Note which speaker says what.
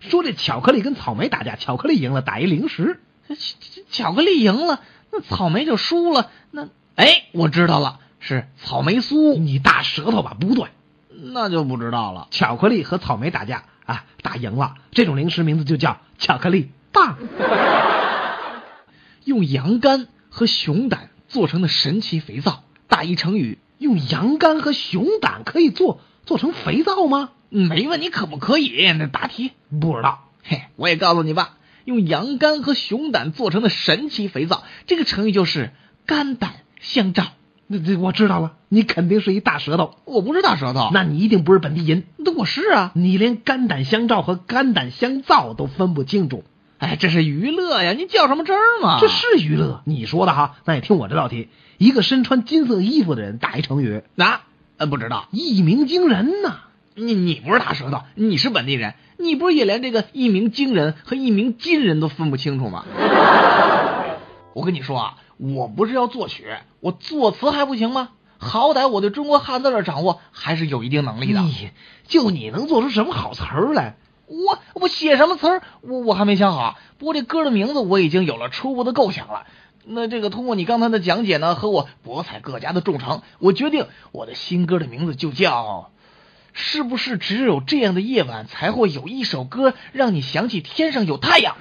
Speaker 1: 说这巧克力跟草莓打架，巧克力赢了，打一零食。
Speaker 2: 这这巧克力赢了，那草莓就输了。那哎，我知道了，是草莓酥。
Speaker 1: 你大舌头吧，不对，
Speaker 2: 那就不知道了。
Speaker 1: 巧克力和草莓打架啊，打赢了，这种零食名字就叫巧克力棒。
Speaker 2: 用羊肝和熊胆做成的神奇肥皂，大一成语。
Speaker 1: 用羊肝和熊胆可以做做成肥皂吗？
Speaker 2: 没问你可不可以？那答题
Speaker 1: 不知道。
Speaker 2: 嘿，我也告诉你吧，用羊肝和熊胆做成的神奇肥皂，这个成语就是肝胆相照。
Speaker 1: 那这我知道了，你肯定是一大舌头。
Speaker 2: 我不是大舌头，
Speaker 1: 那你一定不是本地人。
Speaker 2: 那我是啊。
Speaker 1: 你连肝胆相照和肝胆相造都分不清楚。
Speaker 2: 哎，这是娱乐呀！你较什么真儿嘛？
Speaker 1: 这是娱乐，你说的哈。那你听我这道题：一个身穿金色衣服的人打一成语，
Speaker 2: 啊，呃，不知道。
Speaker 1: 一鸣惊人呐、
Speaker 2: 你你不是大舌头，你是本地人，你不是也连这个一鸣惊人和一鸣惊人都分不清楚吗？ 我跟你说啊，我不是要作曲，我作词还不行吗？好歹我对中国汉字的掌握还是有一定能力的。
Speaker 1: 你就你能做出什么好词儿来？
Speaker 2: 我我写什么词儿，我我还没想好。啊不过这歌的名字我已经有了初步的构想了。那这个通过你刚才的讲解呢，和我博采各家的众长，我决定我的新歌的名字就叫《是不是只有这样的夜晚才会有一首歌让你想起天上有太阳》。